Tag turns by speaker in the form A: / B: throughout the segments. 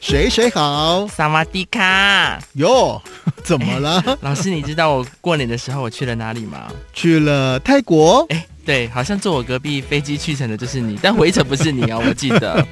A: 谁谁好
B: 萨瓦迪卡，
A: 哟？ 怎么了？
B: 老师，你知道我过年的时候我去了哪里吗？
A: 去了泰国？
B: 哎，对，好像坐我隔壁飞机去程的就是你，但回程不是你哦，我记 得。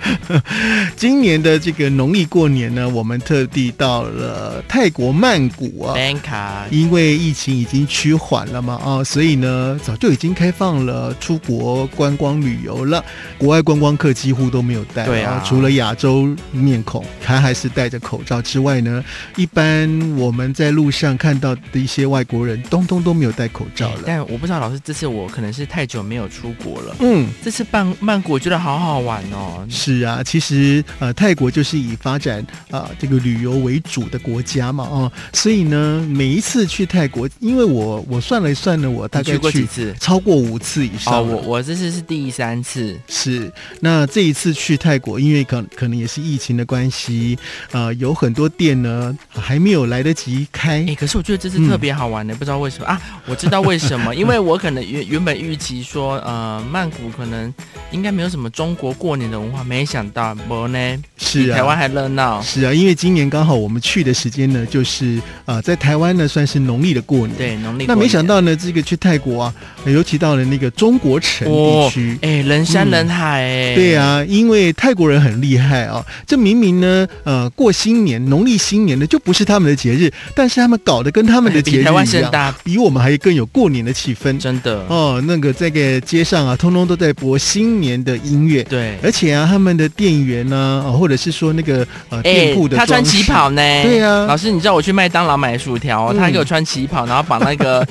A: 今年的这个农历过年呢，我们特地到了泰国曼谷啊。
B: b 卡，
A: 因为疫情已经趋缓了嘛，啊、所以呢，早就已经开放了出国观光旅游了。国外观光客几乎都没有戴，
B: 对啊
A: 除了亚洲面孔，他还是戴着口罩之外呢，一般我们在路上看到的一些外国人，通通都没有戴口罩了。
B: 哎但我不知道老师，这次我可能是太久没有出国了。
A: 嗯，
B: 这次曼曼谷我觉得好好玩哦，
A: 是啊，其实呃，泰国就是以发展啊、呃这个旅游为主的国家嘛，哦、所以呢，每一次去泰国，因为我我算了一算呢，我大
B: 你
A: 概
B: 去过几次？
A: 超过五次以上
B: 哦，
A: 了。
B: 我我这次是第三次，
A: 是，那这一次去泰国，因为可可能也是疫情的关系，呃，有很多店呢还没有来得及开
B: 哎、。可是我觉得
A: 嗯
B: 这次特别好玩的，不知道为什么啊？我知道为什 么，因为我可能原原本预期说，呃，曼谷可能应该没有什么中国过年的文化，没想到没呢，
A: 是
B: 比
A: 啊，
B: 台湾还热闹。
A: 是啊，因为今年刚好我们去的时间呢，就是呃，在台湾呢算是农历的过年。。
B: 对，农历
A: 那
B: 过
A: 没
B: 年
A: 想，到呢，这个去泰国啊，呃尤其到了那个中国城地
B: 哦
A: 区，
B: 哎、人山人海、哎、
A: 对、啊，因为泰国人很厉害啊、这明明呢，呃，过新年农历新年呢就不是他们的节日，但是他们搞得跟他们的
B: 哎比
A: 节日
B: 台湾
A: 一
B: 盛
A: 样，
B: 大，
A: 比我们还更有过年的气氛。
B: 真的，
A: 哦，那个在个街上啊，通通都在播新年的音乐，
B: 对，
A: 而且啊，他们的店员呢、哦或者是说那个呃店铺的
B: 哎他穿
A: 装饰
B: 旗袍呢。
A: 对啊
B: 老师，你知道我去麦当劳买薯条哦，
A: 嗯
B: 他给我穿旗袍，然后绑那 个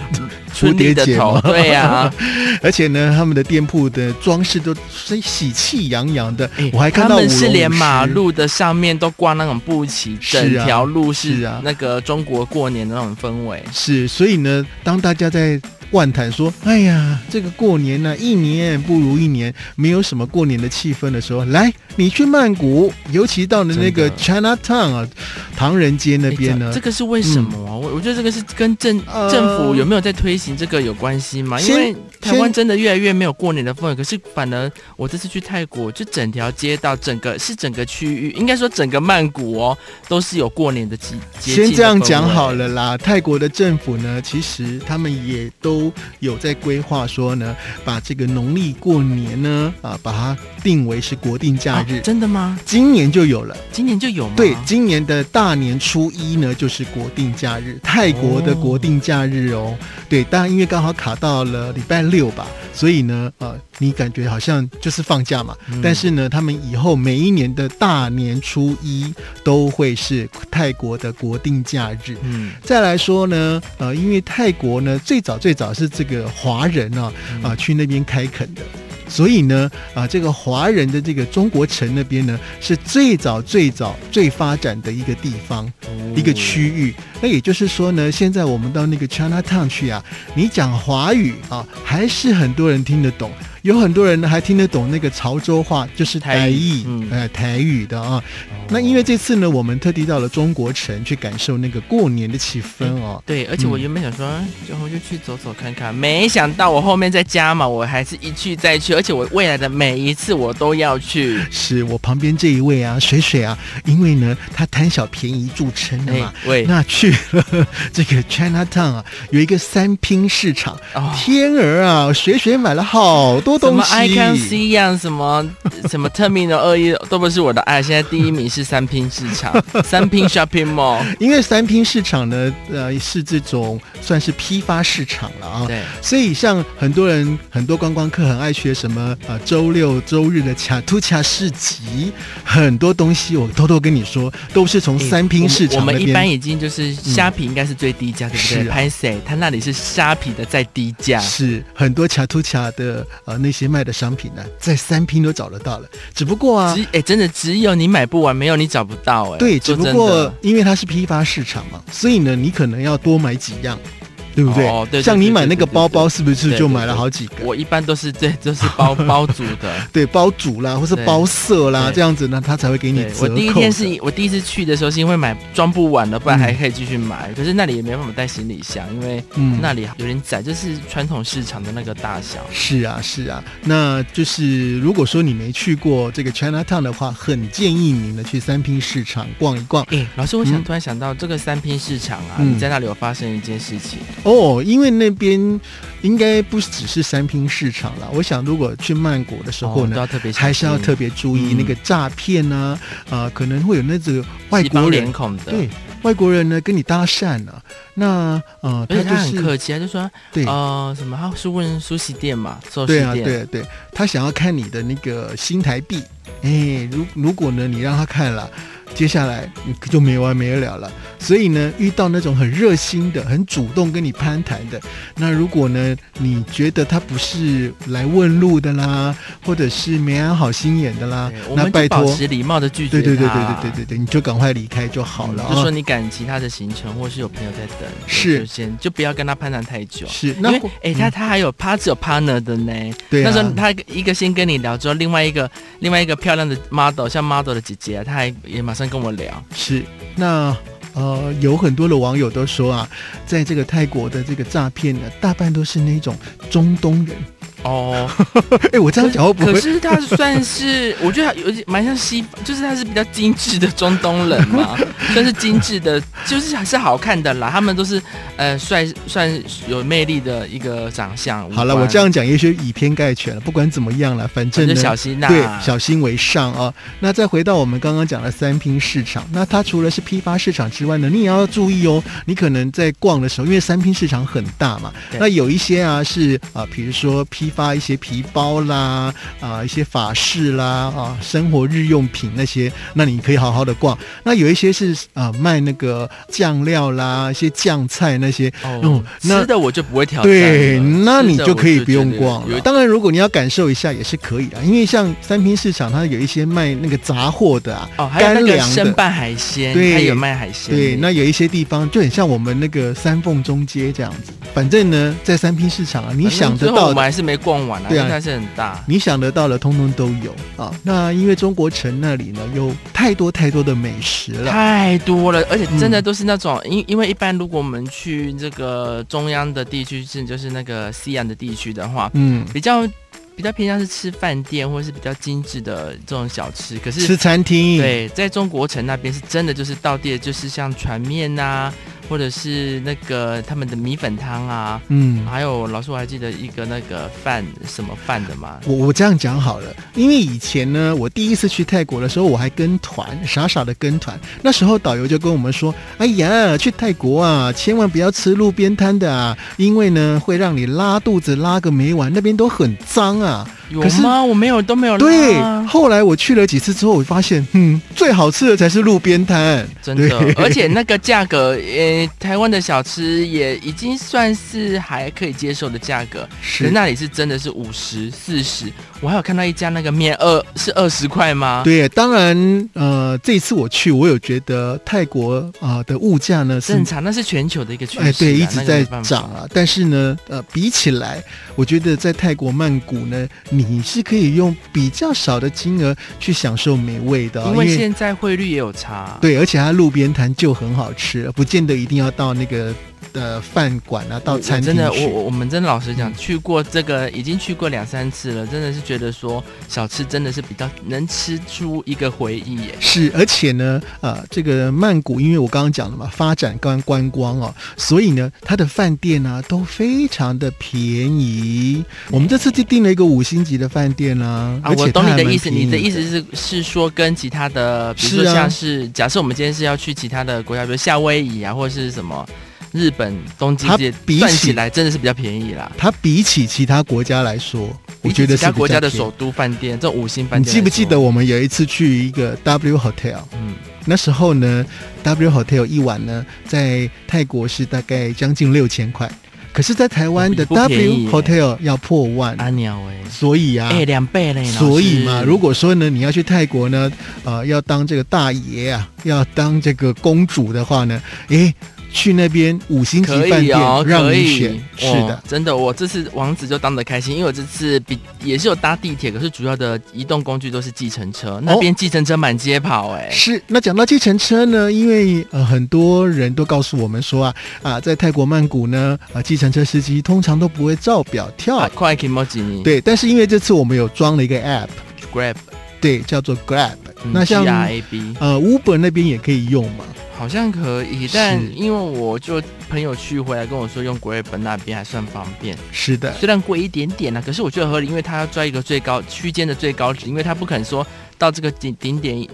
B: 春丽的
A: 蝴蝶结
B: 头
A: 吗。
B: 对啊 呀，
A: 而且呢，他们的店铺的装饰都是喜气洋洋的。
B: 哎
A: 我还看到
B: 他们
A: 舞
B: 是
A: 龙
B: 连马
A: 狮
B: 路的上面都挂那种布旗，
A: 是啊
B: 整条路
A: 是
B: 是
A: 啊
B: 那个中国过年的那种氛围。
A: 是，所以呢，当大家在万谈说“哎呀，这个过年呢、一年不如一年，没有什么过年的气氛”的时候，来，你去曼谷，尤其到了那个 China Town 啊，唐人街那
B: 哎
A: 边
B: 这
A: 呢嗯
B: 这，个是为什么啊？我我觉得这个是跟政
A: 呃
B: 政府有没有在推行这个有关系吗？因
A: 先
B: 为台湾
A: 先
B: 真的越来越没有过年的氛围，可是反而我这次去泰国，就整条街道、整个是整个区域，应该说整个曼谷哦，都是有过年的节节庆的
A: 先这样讲
B: 氛围
A: 好了啦。泰国的政府呢，其实他们也都有在规划说呢，把这个农历过年呢，啊，把它定为是国定假
B: 啊
A: 日。
B: 真的吗？
A: 今年就有了，
B: 今年就有吗？
A: 对，今年的大年初一呢，就是国定假日，泰国的国定假日哦。对，当然因为刚好卡到了礼拜六吧，所以呢，呃，你感觉好像就是放假嘛。
B: 嗯
A: 但是呢，他们以后每一年的大年初一都会是泰国的国定假日。
B: 嗯，
A: 再来说呢，呃，因为泰国呢最早最早是这个华人啊
B: 嗯
A: 啊、去那边开垦的，所以呢啊、这个华人的这个中国城那边呢是最早最早最发展的一个地方
B: 哦
A: 一个区域。那也就是说呢，现在我们到那个 China Town 去啊，你讲华语啊还是很多人听得懂，有很多人还听得懂那个潮州话，就是
B: 台
A: 台
B: 语
A: 语，
B: 嗯
A: 呃台语的啊。
B: 哦。
A: 那因为这次呢，我们特地到了中国城去感受那个过年的气氛哦。
B: 对，而且我
A: 嗯
B: 原本想说，就我就去走走看看，没想到我后面再加嘛，我还是一去再去，而且我未来的每一次我都要去。
A: 是我旁边这一位啊，水水啊，因为呢，他贪小便宜著称的嘛
B: 哎，，喂，
A: 那去了这个 China Town 啊，有一个三拼市场，
B: 哦
A: 天儿啊，水水买了好多
B: 什
A: 东
B: 么
A: 西。
B: I can see 呀，什么 什么 Terminal 二一都不是我的爱，现在第一名是三拼市 场，三拼 Shopping Mall。
A: 因为三拼市场呢，呃，是这种算是批发市场了啊，
B: 对，
A: 所以像很多人、很多观光客很爱学什么呃周六周日的卡图卡市集，很多东西我偷偷跟你说，都是从
B: 诶
A: 三拼市
B: 哎我
A: 场
B: 们
A: 那
B: 我们一般
A: 边。
B: 已经就是虾皮应该是最低价，对不对？
A: 是啊
B: 拍谁？他那里是虾皮的再低价。
A: 是很多卡图卡的呃那些卖的商品呢、在三拼都找得到了，只不过啊
B: 只，哎、真的只有你买不完，没有你找不到哎、
A: 对，只
B: 说
A: 不
B: 真的
A: 过因为它是批发市场嘛，所以呢，你可能要多买几样。对不对？
B: 哦对对
A: 像你买那个包包，
B: 对
A: 是不是就买了好几个？
B: 我一般都是这都是 包包组的。
A: 对，包组啦，或是
B: 对
A: 包色啦，
B: 对
A: 这样子呢，他才会给你
B: 对
A: 折扣
B: 我
A: 的。
B: 第一天是我第一次去的时候是因为买装不完了，不
A: 嗯
B: 然还可以继续买。可是那里也没办法带行李箱，因为
A: 嗯
B: 那里有点窄，就是传统市场的那个大小。
A: 是啊，是啊，那就是如果说你没去过这个 China Town 的话，很建议你呢去三拼市场逛一逛
B: 哎、老师，我
A: 嗯
B: 想突然想到这个三拼市场啊，
A: 嗯
B: 你在那里有发生一件事情，
A: 哦，因为那边应该不只是三拼市场啦。我想如果去曼谷的时
B: 哦我
A: 候
B: 们都
A: 呢，
B: 要特别小心
A: 还是要特别注意
B: 嗯
A: 那个诈骗啊，啊、可能会有那种外
B: 西
A: 国
B: 方
A: 人
B: 脸。孔的，
A: 对，外国人呢跟你搭讪啊，那呃，
B: 而且他
A: 就
B: 很
A: 是
B: 客气，他就说
A: 对、
B: 呃什么，他是问苏西店嘛，寿司
A: 对
B: 店，
A: 啊，对啊对，他想要看你的那个新台币，哎，如如果呢你让他看了，接下来你就没完没了了。所以呢，遇到那种很热心的、很主动跟你攀谈的，那如果呢你觉得他不是来问路的啦，或者是没安好心眼的啦
B: 对，我
A: 那
B: 们
A: 拜
B: 就保
A: 托，
B: 持礼貌的拒
A: 对
B: 绝他，嗯
A: 对对对对对对对，你就赶快离开就好了
B: 就
A: 啊
B: 说。你赶其他的行程，或是有朋友在等，
A: 是
B: 就先就不要跟他攀谈太久。
A: 是，
B: 因
A: 那嗯
B: 为哎、他他还有他只有 partner 的呢。
A: 对啊
B: 那时候他一个先跟你聊，之后另外一个另外一个漂亮的 model，像 model 的姐姐啊，她还也马上跟我聊。
A: 是，那呃，有很多的网友都说啊，在这个泰国的这个诈骗呢，大半都是那种中东人。
B: 哦，
A: 哎，我这样讲会不
B: 可
A: 会？
B: 是他算是，我觉得他有点蛮像西，就是他是比较精致的中东 人嘛，算是精致的，就是还是好看的啦。他们都是呃帅算有魅力的一个长相。
A: 好了，
B: 五官
A: 我这样讲也许以偏概全了。不管怎么样了，反正
B: 就
A: 呢，
B: 小希娜
A: 对，小心为上啊。那再回到我们刚刚讲的三拼市场，那它除了是批发市场之外呢，你也要注意哦。你可能在逛的时候，因为三拼市场很大嘛，
B: 对
A: 那有一些啊是啊、比如说批发一些皮包啦，啊、一些法式啦，啊、生活日用品那些，那你可以好好的逛。那有一些是啊、卖那个酱料啦，一些酱菜那些，
B: 哦
A: 嗯，那
B: 吃的我就不会挑战了。
A: 对，那你
B: 吃的
A: 就可以
B: 我
A: 不用
B: 觉得
A: 逛
B: 有
A: 了。当然，如果你要感受一下也是可以的，因为像三拼市场，它有一些卖那个杂货的啊，
B: 哦，还有那
A: 干
B: 个
A: 粮
B: 生
A: 的。
B: 拌海鲜，
A: 对
B: 他有卖海鲜的。
A: 对，那有一些地方就很像我们那个三凤中街这样子。反正呢，在三拼市场啊，你
B: 反正
A: 想得
B: 最后
A: 到
B: 我们
A: 的，
B: 还是没逛完啊，
A: 对
B: 因
A: 啊
B: 为它是很大。
A: 你想得到的，通通都有啊。那因为中国城那里呢，有太多太多的美食了。
B: 太多了，而且真的
A: 嗯
B: 都是那种，因、因为一般如果我们去这个中央的地区，是就是那个西洋的地区的话，
A: 嗯，
B: 比较比较偏向是吃饭店或者是比较精致的这种小吃。可
A: 吃
B: 是
A: 餐厅，
B: 对，在中国城那边是真的就是到地的就是像船面呐、或者是那个他们的米粉汤啊，
A: 嗯，
B: 还有老师我还记得一个那个饭什么饭的嘛，
A: 我我这样讲好了，因为以前呢，我第一次去泰国的时候，我还跟团，傻傻的跟团。那时候导游就跟我们说：“哎呀，去泰国啊，千万不要吃路边摊的啊，因为呢会让你拉肚子拉个没完，那边都很脏啊。
B: 有
A: 可是
B: 吗？我没有都没有”
A: 对
B: 拉啊，
A: 后来我去了几次之后，我发现，嗯，最好吃的才是路边摊。
B: 真的
A: 对，
B: 而且那个价格，呃，台湾的小吃也已经算是还可以接受的价格，可是
A: 是，
B: 那里是真的是五十、四十，我还有看到一家那个面二是二十块吗？
A: 对，当然，呃，这一次我去，我有觉得泰国啊、的物价呢是
B: 正常，那是全球的一个趋势、啊，
A: 哎，对，一直
B: 那个
A: 在
B: 没办法
A: 涨。啊。但是呢，呃，比起来，我觉得在泰国曼谷呢，你是可以用比较少的金额去享受美味的、哦，
B: 因为现在汇率也有差，，啊
A: 对，而且它路边摊就很好吃，不见得一定要到那个呃饭馆啊，到餐厅
B: 真的，
A: 去
B: 我我我们真的老实讲，
A: 嗯
B: 去过这个已经去过两三次了，真的是觉得说小吃真的是比较能吃出一个回忆耶。
A: 是，而且呢，呃，这个曼谷，因为我刚刚讲了嘛，发展观观光哦，所以呢，它的饭店呢、都非常的便宜。我们这次就订了一个五星级的饭店啦、
B: 啊
A: 而，且
B: 我懂
A: 它
B: 你
A: 还
B: 的
A: 蛮
B: 意思，
A: 便宜
B: 你的意思是是说跟其他的，比如
A: 是
B: 说
A: 啊
B: 像是、假设我们今天是要去其他的国家，比如夏威夷啊，或者是什么日本东京
A: 它
B: 这些，
A: 比
B: 算
A: 起
B: 起来真的是比较便宜啦。
A: 它比起其他国家来说，我觉得是
B: 比起其他国家的
A: 比较
B: 首都饭店，这种五星
A: 便宜。
B: 饭
A: 你
B: 店，
A: 记不记得？我们有一次去一个 W Hotel？
B: 嗯，
A: 那时候呢，W Hotel 一晚呢，在泰国是大概将近六千块，可是，在台湾的
B: 哦不不便
A: W
B: 宜
A: Hotel 要破万，
B: 阿鸟哎，
A: 所以啊。
B: 哎、两倍嘞，老
A: 所以嘛，
B: 师
A: 如果说呢，你要去泰国呢，呃，要当这个大爷啊，要当这个公主的话呢，诶，去那边五星级
B: 可
A: 饭
B: 以
A: 店、
B: 哦，
A: 让
B: 可
A: 你
B: 以
A: 选，，是
B: 哦
A: 的，
B: 真的，我这次王子就当得开心，因为我这次比也是有搭地铁，可是主要的移动工具都是计程车，那边计程车满街跑、哎、
A: 哦是。那讲到计程车呢，因为呃很多人都告诉我们说啊啊，在泰国曼谷呢，啊计程车司机通常都不会照表跳，
B: 啊，快 k i m o j i n
A: 对。但是因为这次我们有装了一个 app，
B: Grab，
A: 对，叫做 Grab，、
B: 嗯
A: 那像
B: G R A B
A: 呃 Uber 那边也可以用嘛。
B: 好像可以，
A: 是
B: 但因为我就朋友去回来跟我说用 Grab 那边还算方便，
A: 是的，
B: 虽然贵一点点啊呢、可是我觉得合理，因为它要抓一个最高区间的最高值，因为它不肯说到这个顶顶点。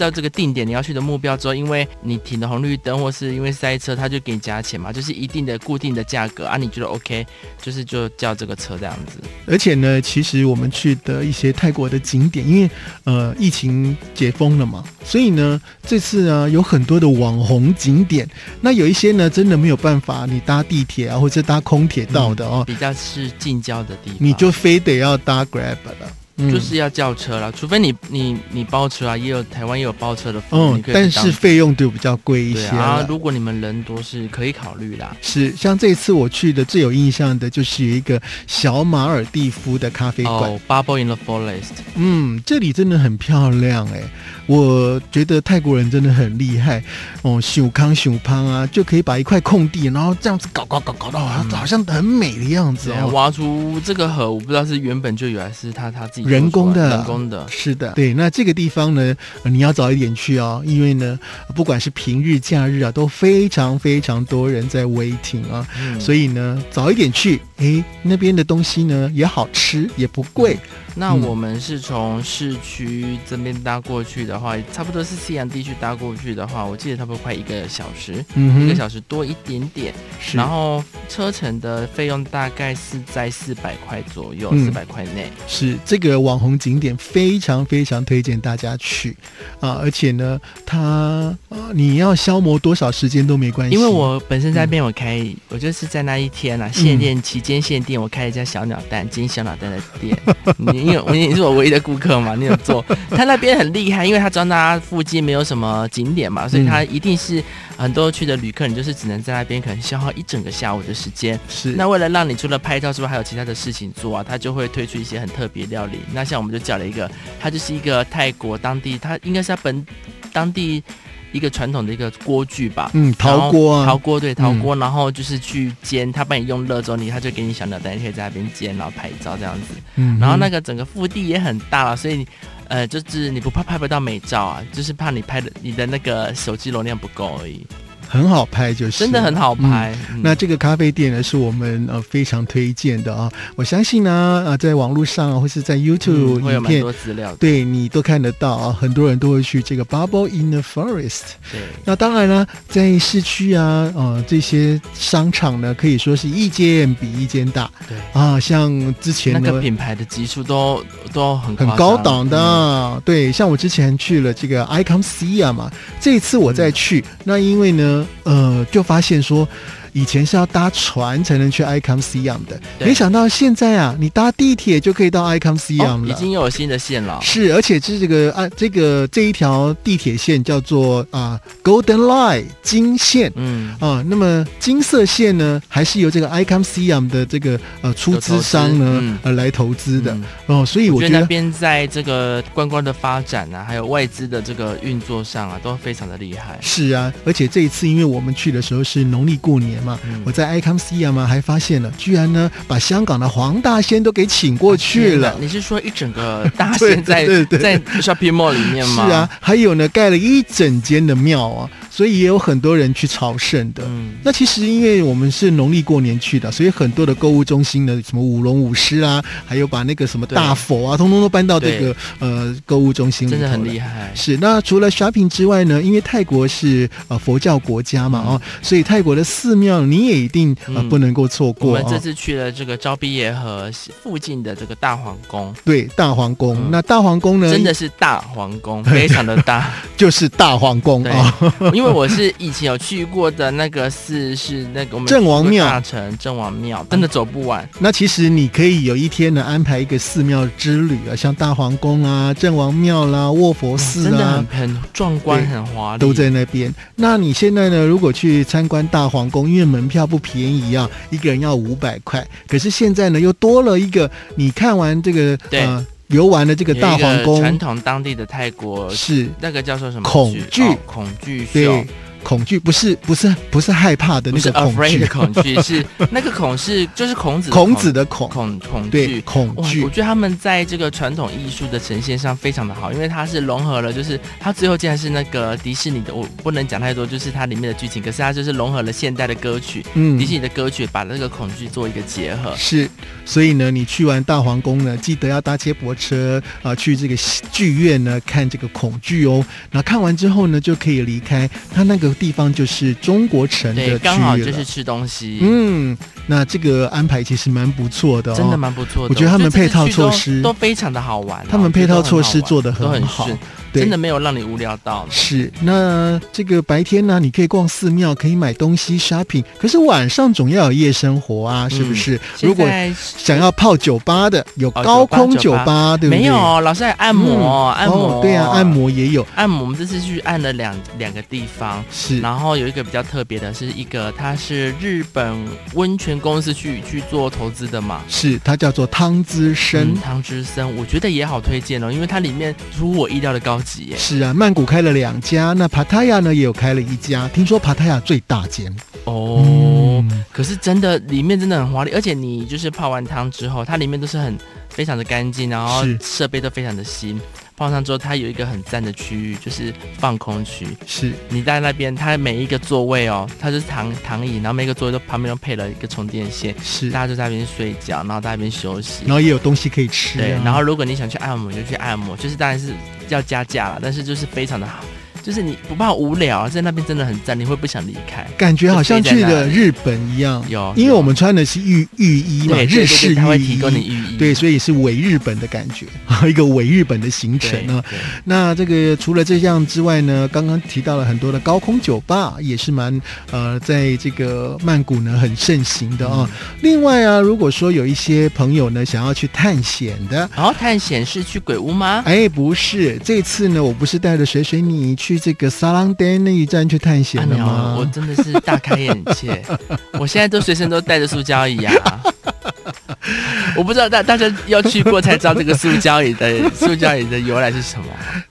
B: 到这个定点你要去的目标之后，因为你停了红绿灯，或是因为塞车，它就给你加钱嘛，就是一定的固定的价格啊。你觉得 OK，就是就叫这个车这样子。
A: 而且呢，其实我们去的一些泰国的景点，因为呃疫情解封了嘛，所以呢这次呢有很多的网红景点，那有一些呢真的没有办法你搭地铁啊或者搭空铁到的哦，
B: 比较是近郊的地方，
A: 你就非得要搭 Grab 了。嗯
B: 就是要叫车啦，除非你你你包车啊，也有台湾也有包车的服务，
A: 嗯
B: 你可，以
A: 但
B: 去当
A: 是费用就比较贵一
B: 对
A: 些
B: 啊
A: 了，。
B: 如果你们人多是可以考虑啦。
A: 是，像这次我去的最有印象的就是有一个小马尔蒂夫的咖啡馆，
B: 哦、b u b b l e in the Forest，
A: 嗯，这里真的很漂亮哎、我觉得泰国人真的很厉害哦，秀康秀胖啊，就可以把一块空地，然后这样子搞搞搞搞到好像、
B: 嗯
A: 好像很美的样子
B: 对啊，
A: 哦。
B: 挖出这个河，我不知道是原本就有还是他他自己做出来
A: 人工的
B: 人工的。
A: 是的，对，那这个地方呢，呃你要早一点去哦，因为呢，不管是平日、假日啊，都非常非常多人在 waiting 啊，
B: 嗯
A: 所以呢，早一点去，诶，那边的东西呢也好吃，也不贵，
B: 那
A: 嗯
B: 我们是从市区这边搭过去的话，差不多是西洋地区搭过去的话，我记得差不多快一个小时，一
A: 嗯
B: 个
A: 哼，
B: 小时多一点点。
A: 是
B: 然后车程的费用大概是在四百块左右，
A: 嗯
B: 四百块内。
A: 是这个网红景点非常非常推荐大家去啊！而且呢，它、呃、你要消磨多少时间都没关系，嗯
B: 因为我本身在那边，我开、我就是在那一天啊，限店期间限定，我开了一家小鸟蛋金小鸟蛋的店。 你你有你是我唯一的顾客嘛？你有 做？他那边很厉害，因为他知道那附近没有什么景点
A: 嗯
B: 嘛，所以他一定是很多去的旅客，你就是只能在那边可能消耗一整个下午的时间。
A: 是
B: 那为了让你除了拍照之外还有其他的事情做啊，他就会推出一些很特别料理。那像我们就叫了一个，它就是一个泰国当地，它应该是它本当地一个传统的一个锅具吧。
A: 嗯，陶锅啊，
B: 陶锅对陶锅，然后就是去煎，他帮你用热之后，你他就给你小鸟蛋，你可以在那边煎，然后拍照这样子。
A: 嗯
B: 然后那
A: 个
B: 个整个腹地也很大了，所以你呃，就是你不怕拍不到美照啊，就是怕你拍的你的那个手机容量不够而已，
A: 很好拍，就是
B: 真的很好拍。嗯
A: 那这个咖啡店呢，是我们呃非常推荐的啊！我相信呢，啊，在网络上啊，或是在
B: 嗯
A: YouTube
B: 会有
A: 影
B: 蛮
A: 片，
B: 多资料的，
A: 对你都看得到啊，很多人都会去这个 Bubble in the Forest。
B: 对。
A: 那当然啦，在市区啊，呃，这些商场呢，可以说是一间比一间大。
B: 对
A: 啊，像之
B: 那
A: 前呢
B: 个，品牌的级数都都很
A: 很
B: 夸
A: 高
B: 张
A: 档的、啊
B: 嗯
A: 对，像我之前去了这个 Icon C 啊嘛，这一次我再
B: 嗯
A: 去，那因为呢，呃，就发现说。以前是要搭船才能去 Icon C 样的，
B: 对
A: 没想到现在啊，你搭地铁就可以到 Icon C 样
B: 哦
A: 了、
B: 已经哦有新的线了。
A: 是，而且是这个啊，这个这一条地铁线叫做啊 Golden Line 金线，
B: 嗯，
A: 啊，那么金色线呢，还是由这个 ICOM CM 的这个呃出资商
B: 有投
A: 呢、
B: 资嗯
A: 呃来投资的、
B: 嗯
A: 哦，所以我
B: 我
A: 觉
B: 觉得那
A: 得
B: 边在这个观光的发展啊，还有外资的这个运作上啊，都非常的厉害。
A: 是啊，而且这一次因为我们去的时候是农历过年嘛，
B: 嗯
A: 我在 ICOM CM 啊还发现了，居然呢把香港的黄大仙都给请过去
B: 天哪
A: 了。
B: 你是说一整个 大
A: 对
B: 仙在
A: 对对
B: 在 shopping mall 里面
A: 是
B: 吗？
A: 啊，，还有呢，盖了一整间的庙啊，所以也有很多人去朝圣的。
B: 嗯，
A: 那其实因为我们是农历过年去的，所以很多的购物中心呢，什么舞龙舞狮啊，还有把那个什么大佛啊，通通都搬到这个呃购物中心里
B: 真
A: 头
B: 的
A: 了。
B: 很厉害。
A: 是，那除了 shopping 之外呢，因为泰国是呃佛教国家嘛，
B: 嗯
A: 哦，所以泰国的寺庙你也一定呃
B: 嗯
A: 不能够错
B: 我
A: 过
B: 们这
A: 哦。
B: 次去了这个昭毕耶河附近的这个大皇宫，
A: 对，大皇宫，
B: 嗯
A: 那大皇宫呢，
B: 真的是大皇宫，非常的大。
A: 就是大皇宫
B: 对
A: 啊、
B: 因为我是以前有去过的那个寺是那个我们
A: 郑王庙
B: 大城郑王庙，真的走不完。
A: 那其实你可以有一天呢安排一个寺庙之旅啊，像大皇宫啊、郑王庙啦、卧佛寺
B: 嗯真的
A: 啊
B: 很。很壮观，
A: 对
B: 很华丽，
A: 啊都在那边。那你现在呢？如果去参观大皇宫，因为门票不便宜啊，一个人要五百块。可是现在呢，又多了一个，你看完这个
B: 对
A: 呃游玩的这
B: 有
A: 个
B: 一个
A: 大皇
B: 传
A: 宫，
B: 统当地的泰国
A: 是
B: 那个叫做什么
A: 恐
B: 剧
A: 惧
B: 哦恐惧秀
A: 对，恐惧，不是不是不是害怕的
B: 不
A: 那
B: 是
A: 个恐
B: afraid 的
A: 惧，
B: 恐惧， 是那个恐是就是孔子的
A: 孔子的恐，
B: 恐恐
A: 对
B: 惧。
A: 恐
B: 哇，
A: 惧
B: 我，觉得他们在这个传统艺术的呈现上非常的好，因为它是融合了，就是它最后竟然是那个迪士尼的，我不能讲太多，就是它里面的剧情，可是它就是融合了现代的歌曲，
A: 嗯
B: 迪士尼的歌曲把这个恐惧做一个结合。
A: 是，所以呢，你去完大皇宫呢，记得要搭接驳车啊、去这个戏剧院呢看这个恐惧哦。那看完之后呢，就可以离开。它那个地方就是中国城的区域
B: 对，
A: 了。
B: 刚好就是吃东西，
A: 嗯，那这个安排其实蛮不错的哦。
B: 真的蛮不错的。
A: 我觉得他们
B: 这次
A: 配套
B: 去都
A: 措施
B: 都非常的好玩哦，
A: 他们配套措施做
B: 的
A: 得很好
B: 都很顺
A: 对
B: 真的没有让你无聊到。
A: 是，那这个白天呢，你可以逛寺庙，可以买东西 shopping，可是晚上总要有夜生活啊，是不是？
B: 嗯
A: 如果
B: 现在
A: 想要泡酒吧的，有
B: 哦
A: 高
B: 酒吧
A: 空
B: 酒
A: 酒
B: 吧
A: 吧，对不对？
B: 没有哦，老师还按摩哦，按
A: 哦
B: 摩，
A: 对啊，按摩也有，
B: 按摩，我们这次去按了两两个地方。
A: 是
B: 然后有一个比较特别的是一个，它是日本温泉公司去去做投资的嘛，
A: 是，它叫做汤之
B: 嗯
A: 声。
B: 汤之森，我觉得也好推荐哦，因为它里面出乎我意料的高级耶。
A: 是啊，曼谷开了两家，那帕塔亚呢也有开了一家。听说帕塔亚最大间
B: 哦，
A: 嗯
B: 可是真的里面真的很华丽，而且你就是泡完汤之后，它里面都是很非常的干净，然后
A: 是
B: 设备都非常的新。泡上之后，它有一个很赞的区域，就是放空区。
A: 是
B: 你在那边，它每一个座位哦，它就是躺躺椅，然后每个座位都旁边都配了一个充电线，
A: 是，
B: 大家就在那边睡觉，然后在那边休息
A: 然。后也有东西可以哦吃、啊。
B: 对，然后如果你想去按摩就去按摩，就是当然是要加价了，但是就是非常的好，就是你不怕无聊，啊在那边真的很赞，你会不想离开。
A: 感觉好像去了日本一样，
B: 有，
A: 因为
B: 有
A: 我们穿的是浴浴衣嘛，
B: 对
A: 日式
B: 他会
A: 浴
B: 提
A: 衣
B: 供。你浴衣，
A: 对，所以是伪日本的感觉， 一个伪日本的 行
B: 对
A: 程啊。
B: 对
A: 那这个除了这样之外呢，刚刚提到了很多的高空酒吧，也是蛮呃，在这个曼谷呢很盛行的啊、另外啊，如果说有一些朋友呢想要去探险的。
B: 然后探险是去鬼屋吗？
A: 哎，不是，这次呢，我不是带着水水你去这个沙朗丹那一站去探
B: 啊
A: 险的
B: 娘啊
A: 吗？
B: 我真的是大开眼 界，我现在都随身都带着塑胶椅啊。我不知道大大家要去过才知道这个塑胶椅的塑胶椅的由来是什么。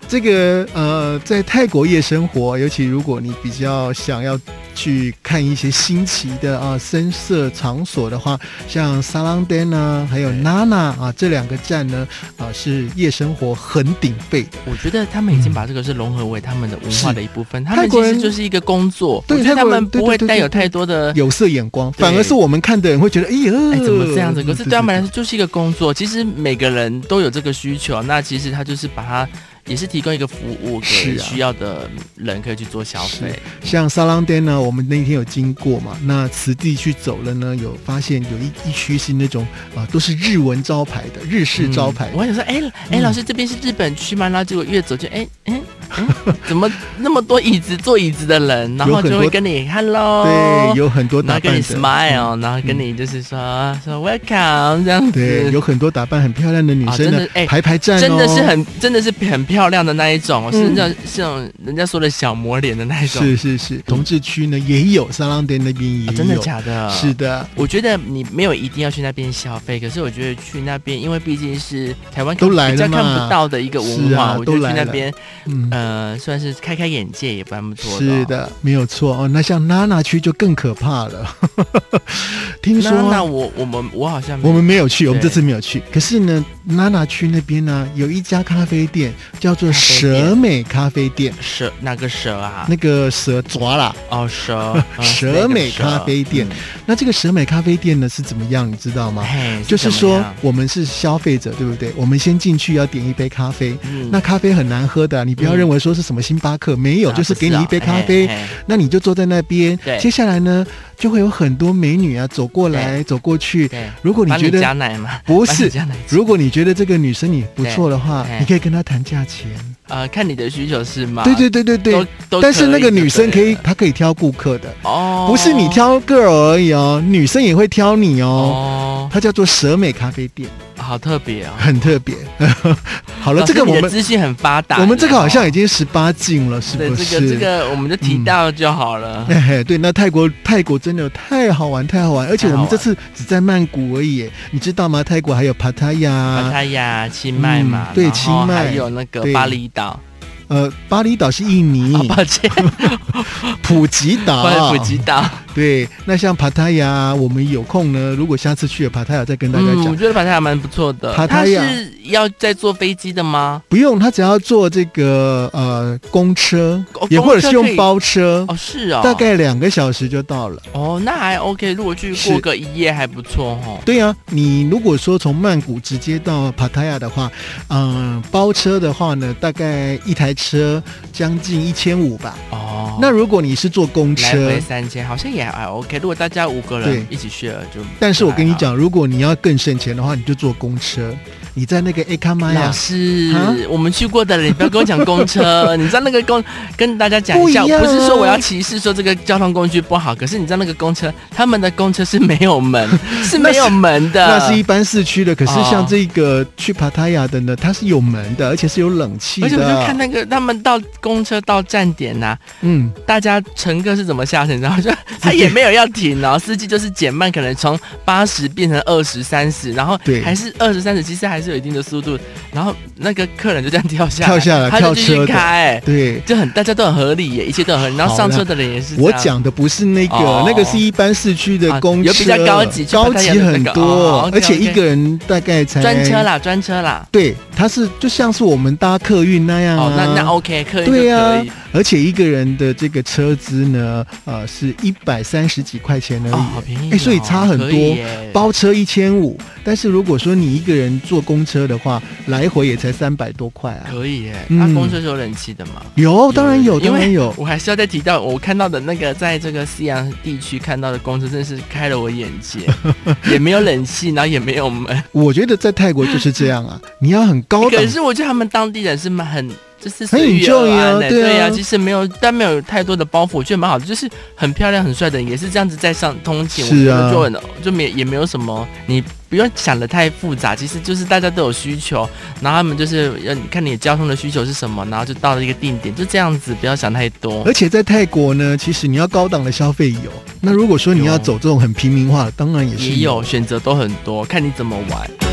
A: 这个呃，在泰国夜生活，尤其如果你比较想要去看一些新奇的啊深色场所的话，像沙朗丹啊，还有
B: 对
A: 娜娜啊这两个站呢，啊是夜生活很鼎沸的。
B: 我觉得他们已经把这个是融合为他们的文化的一部分，他
A: 嗯泰
B: 们
A: 国
B: 其
A: 人
B: 实就是一个工作，我
A: 对
B: 觉得他
A: 泰国人
B: 们不
A: 对对
B: 会
A: 对
B: 带有
A: 对对
B: 太多的。
A: 有色眼光，
B: 呃对
A: 反而是我们看的人会觉得，哎呀，
B: 哎，怎么这样子？可是对他们
A: 嗯
B: 来
A: 对
B: 说就是一个工作。其实每个人都有这个需求，那其实他就是把它也是提供一个服务
A: 是
B: 给
A: 啊
B: 需要的人可以去做消费。
A: 像沙朗丹呢，我们那天有经过嘛，那此地去走了呢，有发现有一一区是那种啊、都是日文招牌的日式招牌
B: 嗯我还想说，哎、哎、
A: 嗯
B: 老师这边是日本区吗？然后结果越走就，哎、哎、 嗯怎么那么多椅子坐椅子的人，然后
A: 有很
B: 就
A: 多
B: 会跟你 hello，
A: 对，有很多
B: 然
A: 打
B: 后跟
A: 扮
B: 你
A: 的。嗯
B: smile，、然后跟你就是说、说 welcome 这样子，
A: 对，有很多打扮很哦漂亮的女生
B: 啊真
A: 呢
B: 的，哎
A: 排排站哦，
B: 真的是很真的是很漂亮的那一种，是
A: 嗯
B: 那种是那种人家说的小魔脸的那一种，
A: 是是是，同志区呢也有，三浪店那边也有，
B: 啊真的假的？
A: 是的，
B: 我觉得你没有一定要去那边消费，可是我觉得去那边，因为毕竟是台湾
A: 都来了
B: 比较看
A: 嘛
B: 不到的一个文
A: 是
B: 化，
A: 啊
B: 我觉得
A: 都来
B: 去那
A: 了
B: 边
A: 嗯。
B: 呃，算是开开眼界也蛮不错
A: 是
B: 的哦。
A: 的，没有错哦。那像娜娜区就更可怕了。 听
B: 那那
A: 说啊
B: 我我们我好像没
A: 我们没有去，我们这
B: 对
A: 次没有去。可是呢，娜娜区那边呢有一家咖啡店叫做
B: 咖啡店
A: 蛇美咖啡店，
B: 蛇哪个蛇啊？
A: 那个蛇抓啦。
B: 哦，蛇嗯
A: 蛇美咖啡店，那这个蛇美咖啡店呢是怎么样，你知道吗？
B: 哎，
A: 就是
B: 怎么
A: 说
B: 样，
A: 我们是消费者，对不对？我们先进去要点一杯咖啡，
B: 嗯
A: 那咖啡很难喝的，你不要认认为说是什么星巴克，没有，
B: 啊
A: 就是
B: 不
A: 给你
B: 啊
A: 一杯咖啡，
B: 嘿嘿
A: 那你就坐在那边
B: 对。
A: 接下来呢，就会有很多美女啊走过来走过去。
B: 对，
A: 如果你
B: 帮
A: 觉
B: 加
A: 得
B: 奶吗？
A: 不
B: 帮你
A: 是，
B: 加奶精，
A: 如果你觉得这个女生你不错的话
B: 对，对
A: 你可以跟她谈价钱。
B: 呃，看你的需求是吗？
A: 对对对对对。
B: 都都可以就对了，
A: 但是那个女生可以，她可以挑顾客的，
B: 哦，
A: 不是你挑 girl 而已哦，女生也会挑你哦。
B: 哦，
A: 它叫做蛇美咖啡店，
B: 好特别哦。
A: 很特别。 好了，
B: 老
A: 这
B: 师
A: 个
B: 你
A: 我
B: 的
A: 们
B: 资讯很发达耶哦，
A: 我们这个好像已经十八禁了，是
B: 对
A: 不
B: 这
A: 是？
B: 个这个我们就提到就好了。
A: 哎嘿，对，那泰国泰国真的太好玩，太好玩，而且我们这次只在曼谷而已耶，你知道吗？泰国还有帕塔
B: 巴
A: 亚，
B: 塔亚、清迈嘛
A: 嗯，对
B: 然后
A: 清迈
B: 还有那个
A: 对嗯
B: 巴厘岛，
A: 呃，巴厘岛是印
B: 啊，
A: 尼，
B: 抱歉，
A: 普吉
B: 我
A: 岛，
B: 普吉岛。
A: 对，那像帕塔亚，我们有空呢，如果下次去了帕塔亚再跟大家
B: 嗯，
A: 讲。
B: 我觉得帕塔亚蛮不错的。
A: 帕塔
B: 它
A: 亚
B: 是要再坐飞机的吗？
A: 不用，他只要坐这个呃公车
B: 哦公，
A: 也或者是
B: 公车可
A: 用
B: 以
A: 包车，
B: 哦，是哦，
A: 大概两个小时就到了。
B: 哦，那还 OK。如果去过
A: 是
B: 个一夜还不错哦。
A: 对啊，你如果说从曼谷直接到帕塔亚的话，嗯、包车的话呢，大概一台车将近一千五吧。
B: 哦，
A: 那如果你是坐公
B: 来
A: 车
B: 回，三千，好像也还 OK。如果大家五个人
A: 对
B: 一起去了，就
A: 但是我跟你
B: 就还好，
A: 讲，如果你要更省钱的话，你就坐公车。你在那个 A 卡玛
B: 老
A: 哎呀，
B: 师
A: 啊，
B: 我们去过的了，你不要跟我讲 公车。你知道那个公，跟大家讲一下，
A: 不一样啊
B: 不是说我要歧视说这个交通工具不好，可是你知道那个公车，他们的公车是没有 门，是没有门的。
A: 那是一般市区的，可是像
B: 啊哦
A: 这个去帕塔亚的呢，它是有门的，而且是有冷气
B: 而且我就看
A: 的。
B: 那个他们到公车到站点呐、
A: 嗯，
B: 大家乘客是怎么下车，你知道吗？就他也没有要停哦，司机就是减慢，可能从八十变成二十三十，然后
A: 对
B: 还是二十三十，其实还是有一定的速度。然后那个客人就这样跳下来，
A: 跳下来
B: 他就继
A: 跳
B: 续
A: 车的
B: 开、哎
A: 对。
B: 就很大家都很合理耶，一切都很合理。然后
A: 好啦
B: 上车的人也是这
A: 我
B: 样。
A: 讲的不是那个，
B: 哦
A: 那个是一般市区的公车，
B: 啊有比较高级去
A: 高
B: 帕塔
A: 级
B: 亚的那
A: 很
B: 个
A: 多，
B: 哦，OK，OK
A: 而且一个人大概才
B: 专车。
A: 哎
B: 啦，专车啦。
A: 对，它是就像是我们搭客运那样啊，
B: 哦，那那 OK，客人就可
A: 对啊哎
B: 以。
A: 呀而且一个人的这个车资呢，呃，是一百三十几块钱而已，
B: 哦，好便宜、哦。
A: 哎所以差很多
B: 可以耶
A: 包车一千五。但是如果说你一个人坐公车的话，来回也才三百多块啊。
B: 可以耶，
A: 嗯
B: 那、公车是有冷气的嘛？
A: 有，当然有，
B: 因
A: 当
B: 为
A: 然有。
B: 我还是要再提到，我看到的那个在这个西洋地区看到的公车，真是开了我眼界， 也没有冷气，然后也没有门。
A: 我觉得在泰国就是这样 啊，你要很高档
B: 可是我觉得他们当地人是蛮很。就是
A: 很
B: 随遇
A: enjoy
B: 而安
A: 啊
B: 的、
A: 对啊
B: 对其实没有，但没有太多的包袱，我觉得蛮好的。就是很漂亮、很帅的人，也是这样子在上通勤，
A: 是啊
B: 我觉得就很就没也没有什么，你不用想的太复杂。其实就是大家都有需求，然后他们就是要你看你的交通的需求是什么，然后就到了一个定点，就这样子，不要想太多。
A: 而且在泰国呢，其实你要高档的消费有，那如果说你要走这种很平民化的，当然也是
B: 也有选择都很多，看你怎么玩。